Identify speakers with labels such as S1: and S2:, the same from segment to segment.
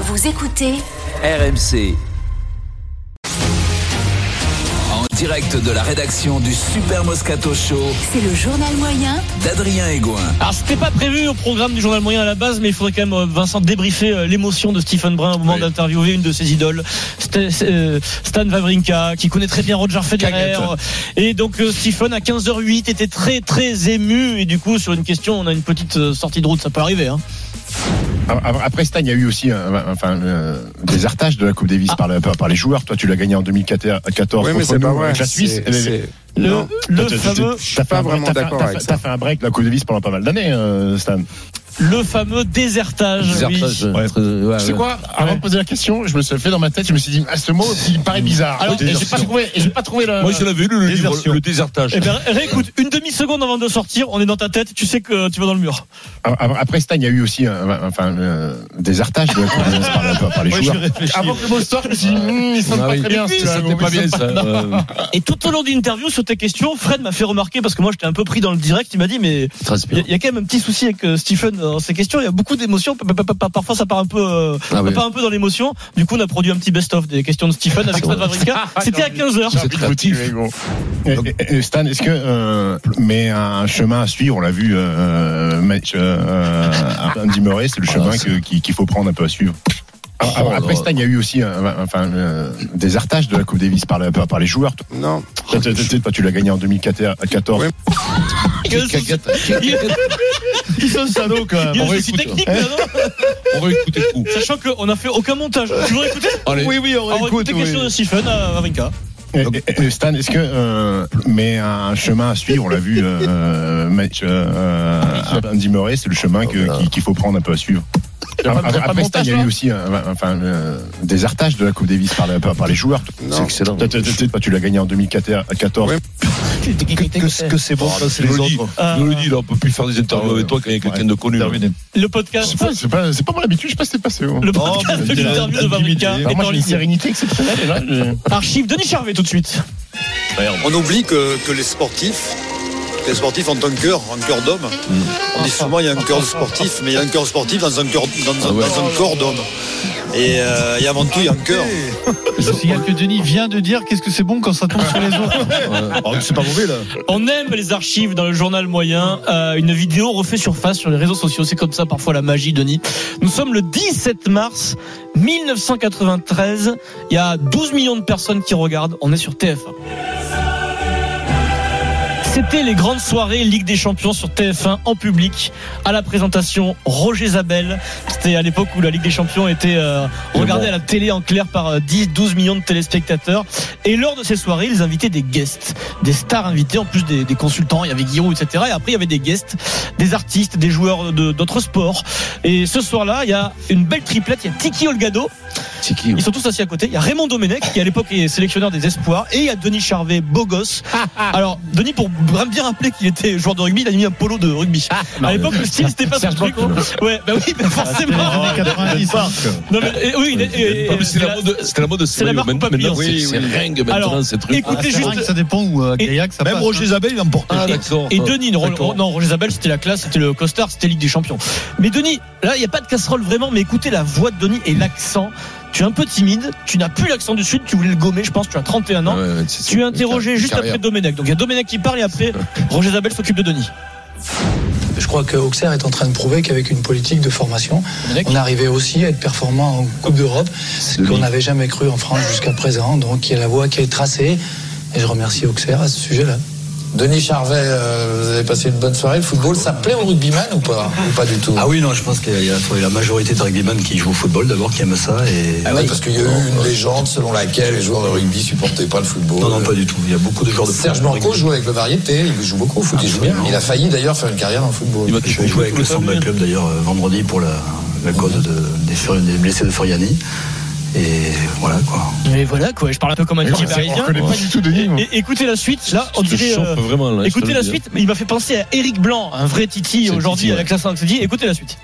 S1: Vous écoutez
S2: RMC. En direct de la rédaction du Super Moscato Show
S1: C'est le journal moyen
S2: d'Adrien Egoin.
S3: Alors c'était pas prévu au programme du journal moyen à la base, mais il faudrait quand même euh, Vincent débriefer euh, l'émotion de Stephen Brun au moment
S4: Oui.
S3: d'interviewer une de ses idoles, St- euh, Stan Wawrinka, qui connaît très bien Roger Federer.
S4: Cagnette.
S3: Et donc euh, Stephen à 15h08 était très très ému et du coup sur une question on a une petite euh, sortie de route, ça peut arriver. Hein.
S4: Après après Stan, il y a eu aussi un- un- enfin, euh, des artages de la Coupe
S3: Ah.
S4: Davis par, la- par- par les joueurs. Toi, tu l'as gagné en 2014
S5: Oui, mais
S4: contre
S5: c'est
S4: nous,
S5: pas vrai.
S4: avec la Suisse.
S5: C'est- c'est-
S3: Le,
S5: Non.
S3: le
S4: T'as- t'as-
S3: fameux,
S4: t'as fait
S5: pas
S4: un break-
S5: vraiment
S4: t'as fait-
S5: d'accord
S4: t'as
S5: avec
S4: fait-
S5: ça.
S4: T'as fait un break de la Coupe Davis pendant pas mal d'années, euh, Stan.
S3: le fameux désertage.
S6: Bizarre,
S3: oui.
S6: ça, je-
S4: Ouais.
S6: très- ouais,
S4: Tu sais
S6: ouais.
S4: quoi Avant de poser la question, je me suis fait dans ma tête, je me suis dit, ah, ce mot, il me paraît bizarre.
S3: Alors,
S4: Et j'ai pas trouvé, et j'ai pas trouvé le.
S6: Moi, je l'avais lu, le livre,
S3: Désertion.
S6: le désertage.
S3: Eh ben, réécoute, une demi-seconde avant de sortir, on est dans ta tête, tu sais que euh, tu vas dans le mur.
S4: Après après Stan, il y a eu aussi un- enfin, euh, des artages de la Coupe Davis par, la- par les joueurs. Avant que le mot sorte, je me suis dit, Hmm, il sonne
S6: Ah
S4: pas
S6: oui.
S4: très bien.
S6: Et puis,
S4: tu vois,
S6: ça,
S4: le
S6: t'es
S4: mot,
S6: pas
S4: il
S6: bien,
S4: sonne
S6: ça. Euh,
S3: Et tout au long de l'interview sur tes questions, Fred m'a fait remarquer, parce que moi j'étais un peu pris dans le direct, il m'a dit, mais il y, a-
S6: transpire.
S3: il y a quand même un petit souci avec euh, Stephen dans ses questions, il y a beaucoup d'émotions, Pa- pa- pa- pa- parfois ça part un peu, euh,
S6: Ah oui.
S3: ça part un peu dans l'émotion, du coup on a produit un petit best-of des questions de Stephen avec
S6: C'est
S3: Stan
S6: vrai.
S3: Wawrinka, c'était à 15h.
S4: J'ai envie de vous tuer, gros. Et- et- et euh, Stan, est-ce que euh, mais un chemin à suivre, on l'a vu, euh, match euh, à Andy Murray, Ah, c'est le
S6: Voilà,
S4: chemin que- qui- qu'il faut prendre un peu à suivre. Ah, ah,
S6: Oh,
S4: Après
S6: là.
S4: Stan, il y a eu aussi euh, enfin euh, des artages de la Coupe Davis par, la- par, par les joueurs. Toi,
S5: Non.
S4: toi, toi, toi, toi, tu l'as gagné en 2014.
S5: Ouais.
S3: Quel souci-
S4: Ils sont salauds quand
S3: Il y a un souci technique, là, non
S6: On va écouter le coup.
S3: sachant qu'on n'a fait aucun montage. Toujours écouté
S6: Allez.
S3: oui, on va écouter les questions de Stephen à Wawrinka.
S4: Stan, est-ce que euh, mais un chemin à suivre, on l'a vu, euh, match euh, à Andy Murray, c'est le chemin que- qui- qu'il faut prendre un peu à suivre.
S3: pas-
S4: Après,
S3: t'as pas
S4: après
S3: de
S4: Stan, il y a
S3: montage,
S4: eu
S3: là
S4: aussi euh, enfin, euh, des artages de la Coupe Davis par, la- par- par les joueurs.
S5: Non.
S6: excellent.
S4: Toi, toi, toi, toi, tu l'as gagné en 2014.
S5: Ouais.
S6: Que c'est bon, ça, c'est les autres. Ah, Je le dis, là, on peut plus faire des interviews avec toi quand il y a quelqu'un de connu.
S3: Le podcast.
S4: C'est pas, c'est pas, c'est pas mon habitude, je sais pas si c'est passé. moi.
S3: Le
S4: Non,
S3: podcast
S4: mais
S3: de l'interview de Wawrinka
S4: Alors
S3: est
S4: moi,
S3: en
S4: j'ai une
S3: ligne.
S4: sérénité exceptionnelle. Et là, je-
S3: Archive Denis Charvet tout de suite.
S7: On oublie que, que les sportifs, les sportifs ont un cœur, un cœur d'homme. On dit souvent il y a un cœur de sportif, mais il y a un cœur de sportif dans un, cœur, dans, un- dans un corps d'homme. Et, euh, et avant tout, il y a un cœur.
S8: Je signale que Denis vient de dire qu'est-ce que c'est bon quand ça tombe sur les autres.
S6: Ah, c'est pas mauvais, là.
S3: On aime les archives dans le journal moyen. Euh, une vidéo refait surface sur les réseaux sociaux. C'est comme ça parfois la magie, Denis. Nous sommes le 17 mars 1993. Il y a 12 millions de personnes qui regardent. On est sur TF1. C'était les grandes soirées Ligue des Champions sur TF1 en public. À la présentation, Roger Zabel. C'était à l'époque où la Ligue des Champions était euh, regardée à la télé en clair par euh, 10, 12 millions de téléspectateurs. Et lors de ces soirées, ils invitaient des guests, des stars invités, en plus des, des consultants. Il y avait Giroud, etc. Et après, il y avait des guests, des artistes, des joueurs de- d'autres sports. Et ce soir-là, il y a une belle triplette. Il y a Tiki Olgado.
S6: C'est qui hein
S3: Ils sont tous assis à côté. Il y a Raymond Domenech, qui à l'époque est sélectionneur des espoirs, et il y a Denis Charvet, beau gosse. Alors, Denis, pour bien rappeler qu'il était joueur de rugby, il a mis un polo de rugby. à l'époque, le style, c'était pas son truc. Ouais, bah oui, bah forcément.
S8: Les années 90.
S3: Non, mais, et- oui, et- et-
S6: Ah, mais c'est la
S3: et-
S6: mode, c'était la mode,
S3: c'est la
S6: maillot.
S3: marque
S6: Maintenant,
S3: papillon.
S6: c'est-
S3: Oui,
S6: c'est ringue maintenant,
S3: Alors,
S6: ces trucs.
S3: écoute- Écoutez
S8: Ah, c'est vrai
S3: juste-
S8: que Ça dépend où. euh, à
S3: Et-
S8: Gaillac, ça passe, hein.
S6: Zabel, il emporte. Ah, d'accord.
S3: Et Denis, non,
S6: D'accord.
S3: non, Roger Zabel, c'était la classe, c'était le costard, c'était Ligue des Champions. Mais Denis, là, il n'y a pas de casserole vraiment, mais écoutez la voix de Denis et l'accent. Tu es un peu timide, tu n'as plus l'accent du Sud, tu voulais le gommer, je pense, tu as 31 ans. Tu es interrogé juste après Domenech. Donc il y a Domenech qui parle et après, Roger Zabel s'occupe de Denis.
S9: Je crois que Auxerre est en train de prouver qu'avec une politique de formation, on arrivait aussi à être performant en Coupe d'Europe, ce qu'on n'avait jamais cru en France jusqu'à présent. Donc il y a la voie qui est tracée et je remercie Auxerre à ce sujet-là. Denis Charvet, euh, vous avez passé une bonne soirée. Le football, ça plaît au rugbyman ou pas Ou pas du tout
S7: Ah oui, non, je pense qu'il y a la majorité de rugbyman qui joue au football d'abord, qui aiment ça. Et...
S2: Ah
S9: Ah oui, parce qu'il y a eu une légende selon laquelle les joueurs de rugby supportaient pas le football.
S7: Non, non, pas du tout. Il y a beaucoup de joueurs de
S9: Serge Blanco joue avec le variété, il joue beaucoup au foot, il joue bien. Il a failli d'ailleurs faire une carrière en football.
S6: Il va
S7: Je vais jouer avec le Samba Club d'ailleurs euh, vendredi pour la, la cause de- des, Fur- des blessés de Furiani.
S9: Et voilà quoi.
S3: Mais voilà quoi, je parle un peu comme un petit parisien.
S4: pas du tout Denis.
S3: Et- écoutez la suite, là, on
S6: Je te
S3: dirait.
S6: chope
S3: euh,
S6: vraiment, là, je te
S3: écoutez
S6: le
S3: la
S6: dis. hein.
S3: suite, mais il m'a fait penser à Eric Blanc, un vrai Titi
S6: C'est
S3: aujourd'hui
S6: Titi,
S3: avec l'accent accent dit. Écoutez la suite.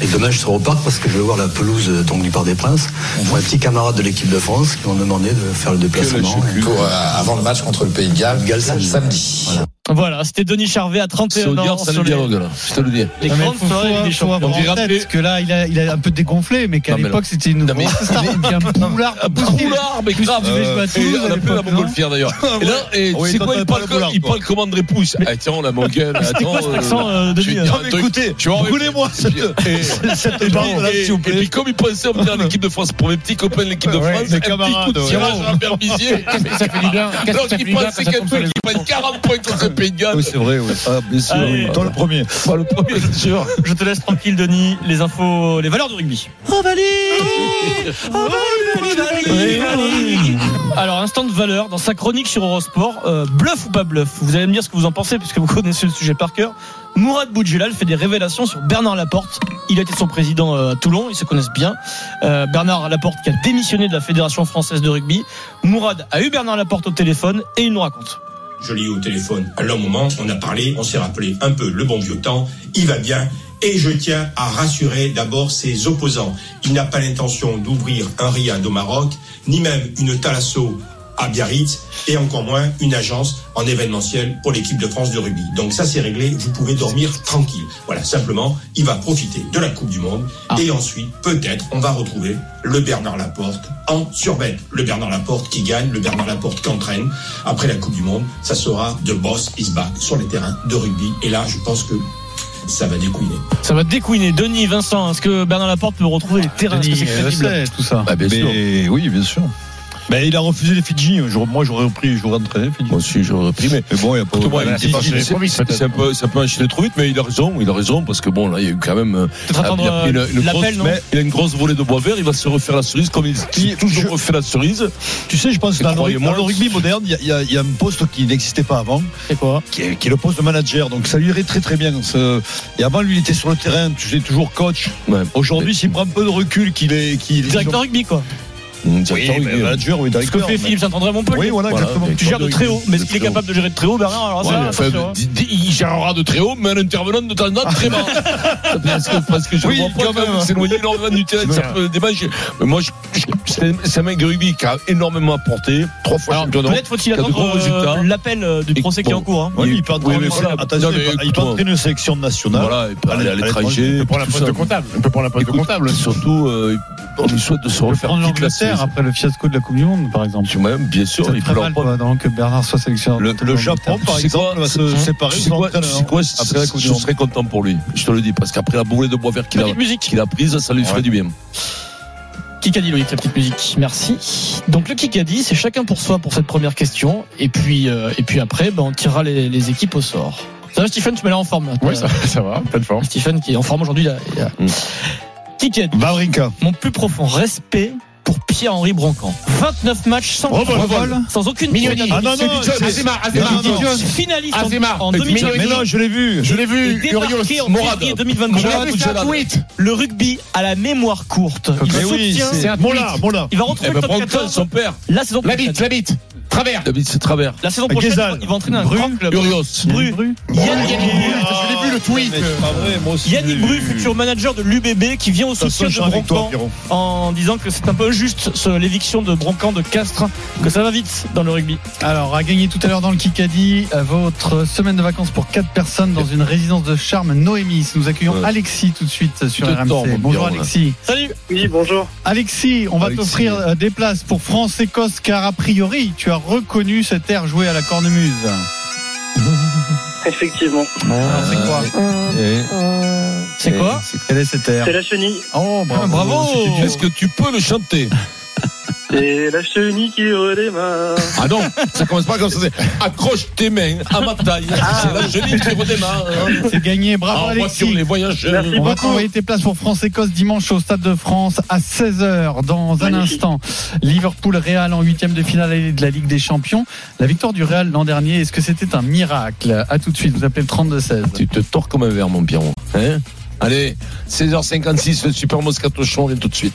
S9: Et demain, je serai au parc parce que je vais voir la pelouse euh, donc, du Parc des Princes.
S5: Mhm.
S9: Pour un petit camarade de l'équipe de France qui m'ont demandé de faire le déplacement.
S5: Pour, euh, avant le match contre le Pays de Galles,
S9: Galles samedi.
S5: samedi.
S3: Voilà, c'était Denis Charvet à
S6: C'est
S3: 31 ans
S6: Audiard, ça le
S3: sur les,
S6: dialogue, là. Je te le dis.
S3: les
S8: Non, mais
S3: grandes
S8: faut-
S3: soirées
S8: faut-
S3: des
S8: faut avoir
S3: champions.
S6: On dirait
S8: en tête
S6: rappeler-
S8: que là, il a, il a un peu dégonflé, mais qu'à
S6: Non, mais
S8: l'époque, c'était une
S6: mais-
S8: grosse star, un boulard pas possible.
S6: Boulard, Ah, mais grave.
S8: Tu devais jouer à
S6: Et
S8: Toulouse,
S6: on
S8: à
S6: a plus la
S8: l'époque, non
S6: montgolfière d'ailleurs. Et là, et
S8: Oui,
S6: tu sais
S8: t'entends
S6: quoi, il
S8: pas
S6: parle,
S8: le Boulard,
S6: il
S8: quoi.
S6: parle comment de repousse. Ah, tiens, la mon gueule. Attends,
S3: quoi cet
S6: euh,
S3: accent, euh,
S6: je vais
S3: Denis,
S6: te dire
S3: hein
S6: un truc.
S8: écoutez,
S6: Tu vas voir,
S8: brûlez-moi
S6: et puis, euh,
S8: cette
S6: et- et, eh, et puis comme il pensait venir à l'équipe de France pour mes petits copains de l'équipe de
S8: Ouais,
S6: France,
S8: mes
S6: un petit coup
S8: camarades,
S6: de
S8: ouais.
S6: tirage à Berbizier.
S10: Ça fait du bien. Qu'est-ce
S6: Alors
S10: que ça fait
S6: qu'il
S10: du bien
S6: pensait
S10: quand ça
S6: qu'un
S10: tombe sur
S6: truc
S10: les
S6: qui prenne 40 points contre le Pays de Galles.
S8: vrai, oui.
S6: Ah, bien sûr.
S3: Allez.
S6: oui.
S8: Dans le premier.
S6: Pas le premier, c'est sûr.
S3: Je te laisse tranquille, Denis. Les infos, les valeurs du rugby. Oh, Alors, instant de valeur dans sa chronique sur Eurosport. euh, bluff ou pas bluff Vous allez me dire ce que vous en pensez puisque vous connaissez le sujet par cœur. Mourad Boudjelal fait des révélations sur Bernard Laporte. Il a été son président euh, à Toulon, ils se connaissent bien. Euh, Bernard Laporte qui a démissionné de la Fédération française de rugby. Mourad a eu Bernard Laporte au téléphone et il nous raconte.
S11: Je l'ai eu au téléphone à l'un moment, on a parlé, on s'est rappelé un peu le bon vieux temps, il va bien. Et je tiens à rassurer d'abord ses opposants. Il n'a pas l'intention d'ouvrir un riad au Maroc, ni même une Thalasso à Biarritz, et encore moins une agence en événementiel pour l'équipe de France de rugby. Donc ça c'est réglé, vous pouvez dormir tranquille. Voilà, simplement, il va profiter de la Coupe du Monde, et ensuite, peut-être, on va retrouver le Bernard Laporte en survêt. Le Bernard Laporte qui gagne, le Bernard Laporte qui entraîne. Après la Coupe du Monde, ça sera de boss is back sur les terrains de rugby. Et là, je pense que ça va découiner.
S3: Ça va découiner. Denis, Vincent, est-ce que Bernard Laporte peut retrouver les terrains Est-ce que c'est crédible
S8: Ah, tout ça.
S6: Ah, bien sûr.
S4: Mais oui, bien sûr.
S8: Mais il a refusé les Fidji.
S6: hein.
S8: J'aurais- Moi, j'aurais repris, j'aurais entraîné les Fidji.
S6: Moi aussi, j'aurais pris, mais.
S4: Mais bon, il n'y a pas
S6: Écoute, moi, il me dit-
S4: Voilà,
S6: c'est-
S4: c'est pas-
S6: c'est- c'est un peu- C'est un peu enchaîné trop vite, mais il a raison, il a raison, parce que bon, là, il y a eu quand même. euh,
S3: Peut-être
S6: il,
S3: attendre
S6: a pris une- une
S3: euh, l'appel,
S6: grosse,
S3: non
S6: mais il a une grosse volée de bois vert, il va se refaire la cerise comme il s'est toujours refait la cerise.
S8: Tu sais, je pense que
S6: Et
S8: dans le rugby-
S6: croyez-moi-
S8: dans le rugby moderne, il y a- il y, a- il y a un poste qui n'existait pas avant,
S3: C'est quoi
S8: qui est, qui est le poste de manager. Donc ça lui irait très très bien. ce- Et avant, lui, il était sur le terrain, tu sais, toujours coach.
S6: Ouais.
S8: Aujourd'hui, s'il prend un peu de recul, qu'il est. qu'il
S3: Directeur rugby, quoi.
S6: Mm,
S8: Oui,
S6: directeur,
S8: mais
S6: il-
S8: manager, oui,
S3: Ce que
S8: directeur.
S3: fait
S8: mais-
S3: Philippe Saint-André à Montpellier.
S8: Oui, voilà,
S6: Voilà,
S8: exactement.
S6: avec-
S3: Tu gères de très haut, mais est-ce
S6: De
S3: qu'il est
S6: très haut.
S3: capable de gérer de très haut, Bernard Alors
S6: Ouais,
S3: ça,
S6: mais enfin,
S3: attention, hein.
S6: d- d- il gérera de très haut, mais un intervenant de temps en temps très bas. parce, que, parce que je
S8: Oui,
S6: ne vois pas
S8: quand
S6: quand
S8: même.
S6: même s'éloigner énormément du terrain, ça peut démanger. Mais moi, je- je- c'est un- c'est un mec de rugby qui a énormément apporté, trois fois
S3: Alors,
S6: champion d'Europe.
S3: peut-être faut-il
S6: Il y a de
S3: attendre
S6: gros
S3: euh,
S6: résultats.
S3: l'appel euh, du
S6: Et
S3: procès qui est
S6: bon.
S3: en cours. hein.
S8: Oui,
S6: Oui,
S8: il peut
S6: oui,
S8: entraîner
S6: mais voilà.
S8: attention,
S6: Non,
S8: il
S6: mais
S8: peut- il peut
S6: écoute-moi.
S8: entraîner une sélection nationale.
S6: Voilà, il peut aller à
S8: Allez,
S6: l'étranger.
S10: Pour la
S6: tout
S10: poste
S6: ça.
S10: de comptable. On peut prendre la poste de
S6: Écoute,
S10: comptable.
S6: Surtout, euh, on lui souhaite de se refaire
S8: Prendre
S6: toute la
S8: l'Angleterre
S6: saison.
S8: après le fiasco de la Coupe du Monde, par exemple.
S6: Tu m'aimes, bien sûr,
S8: Ça
S6: il
S8: fait
S6: peut leur
S8: mal,
S6: prendre.
S8: quoi, donc, que Bernard soit sélectionné.
S6: Le-
S8: en
S6: le
S8: Japon, par
S6: Tu sais
S8: exemple,
S6: quoi,
S8: va se
S6: c'est-
S8: séparer
S6: tu
S8: de
S6: sais
S8: son
S6: quoi, tu
S8: entraîneur.
S6: sais quoi,
S8: après la Coupe du
S6: je
S8: Monde.
S6: serais content pour lui, je te le dis, parce qu'après la boulée de bois vert qu'il a,
S3: Petite musique.
S6: qu'il a prise, ça lui ferait du bien.
S3: Kikadi Loïc, la petite musique. Merci. Donc le Kikadi, c'est chacun pour soi pour cette première question. Et puis, euh, et puis après, ben, on tirera les, les équipes au sort. Ça va, Stephen, tu mets là en forme. là.
S10: Oui, ça, ça va, pleine forme.
S3: Stephen qui est en forme aujourd'hui. là. Il a-
S6: Mm.
S3: Kikadi,
S8: Vavrinka.
S3: mon plus profond respect pour Pierre-Henri Broncan. 29 matchs sans,
S10: Revol, revol.
S3: sans aucune
S10: Mignoni.
S8: Ah non, non, c'est-
S10: Azema, Azema.
S8: Non, non.
S3: Finaliste en-
S10: Azema.
S3: en
S8: Mais
S3: 2015.
S8: non, je l'ai vu.
S10: Je l'ai
S3: Et
S10: vu, Urios,
S3: débarqué en
S10: Morad.
S3: février 2022.
S10: J'ai vu ça, tweet.
S3: Le rugby à la mémoire courte. Il
S8: Mais oui,
S3: soutient-
S10: c'est un
S8: Mola, Mola.
S3: il va
S6: Eh
S3: retrouver
S6: ben,
S3: le top
S6: Brompton,
S3: 14
S6: son père,
S3: la saison
S10: La
S3: prochaine.
S10: bite, la bite. Travers.
S6: David, c'est travers.
S3: La saison prochaine,
S8: Guézal.
S3: il va entraîner un
S8: Bru.
S3: grand club.
S6: Urios.
S3: Bru. Yannick Bru.
S10: Je l'ai vu le tweet.
S8: Ah, Mais c'est pas vrai, moi aussi, je
S3: Yannick
S8: l'ai
S3: Bru,
S8: vu.
S3: futur manager de l'UBB, qui vient au
S8: Ça se
S3: soutien de
S8: change avec toi,
S3: Broncan
S8: Pierrot.
S3: en disant que c'est un peu injuste ce- l'éviction de Broncan de Castres, que ça va vite dans le rugby.
S8: Alors, à gagner tout à l'heure dans le Kikadi, à votre semaine de vacances pour 4 personnes dans une résidence de charme Noémie. Nous accueillons
S6: Ouais.
S8: Alexis tout de suite euh, sur
S6: Tout
S8: RMC.
S6: temps, mon
S8: Bonjour
S6: Pierrot, là.
S8: Alexis.
S3: Salut
S8: Alexis, on va
S6: Alexis.
S8: t'offrir euh, des places pour France-Écosse car a priori tu as reconnu cet air joué à la cornemuse.
S9: Effectivement,
S8: Alors, c'est quoi
S3: C'est quoi
S6: Eh,
S8: Quel est cet air
S9: la chenille.
S8: Oh bravo,
S3: Ah, bravo.
S10: Eh.
S8: c'était
S6: c'est-
S8: dur.
S6: Est-ce que tu peux le chanter
S9: C'est la chenille qui redémarre.
S6: Ah non, ça commence pas comme ça. c'est Accroche tes mains à ma taille. c'est la chenille qui redémarre.
S8: C'est gagné, bravo
S6: Ah, on voit sur
S8: Alexis.
S6: les voyageurs.
S8: On va t'envoyer tes places pour France-Écosse dimanche au Stade de France à 16h dans un instant. Liverpool-Real en huitième de finale aller de la Ligue des Champions. La victoire du Real l'an dernier, est-ce que c'était un miracle À tout de suite, vous appelez le 32-16.
S6: Tu te tords comme un verre, mon Pierrot. Hein Allez, 16h56, le Super Moscato Show, on vient tout de suite.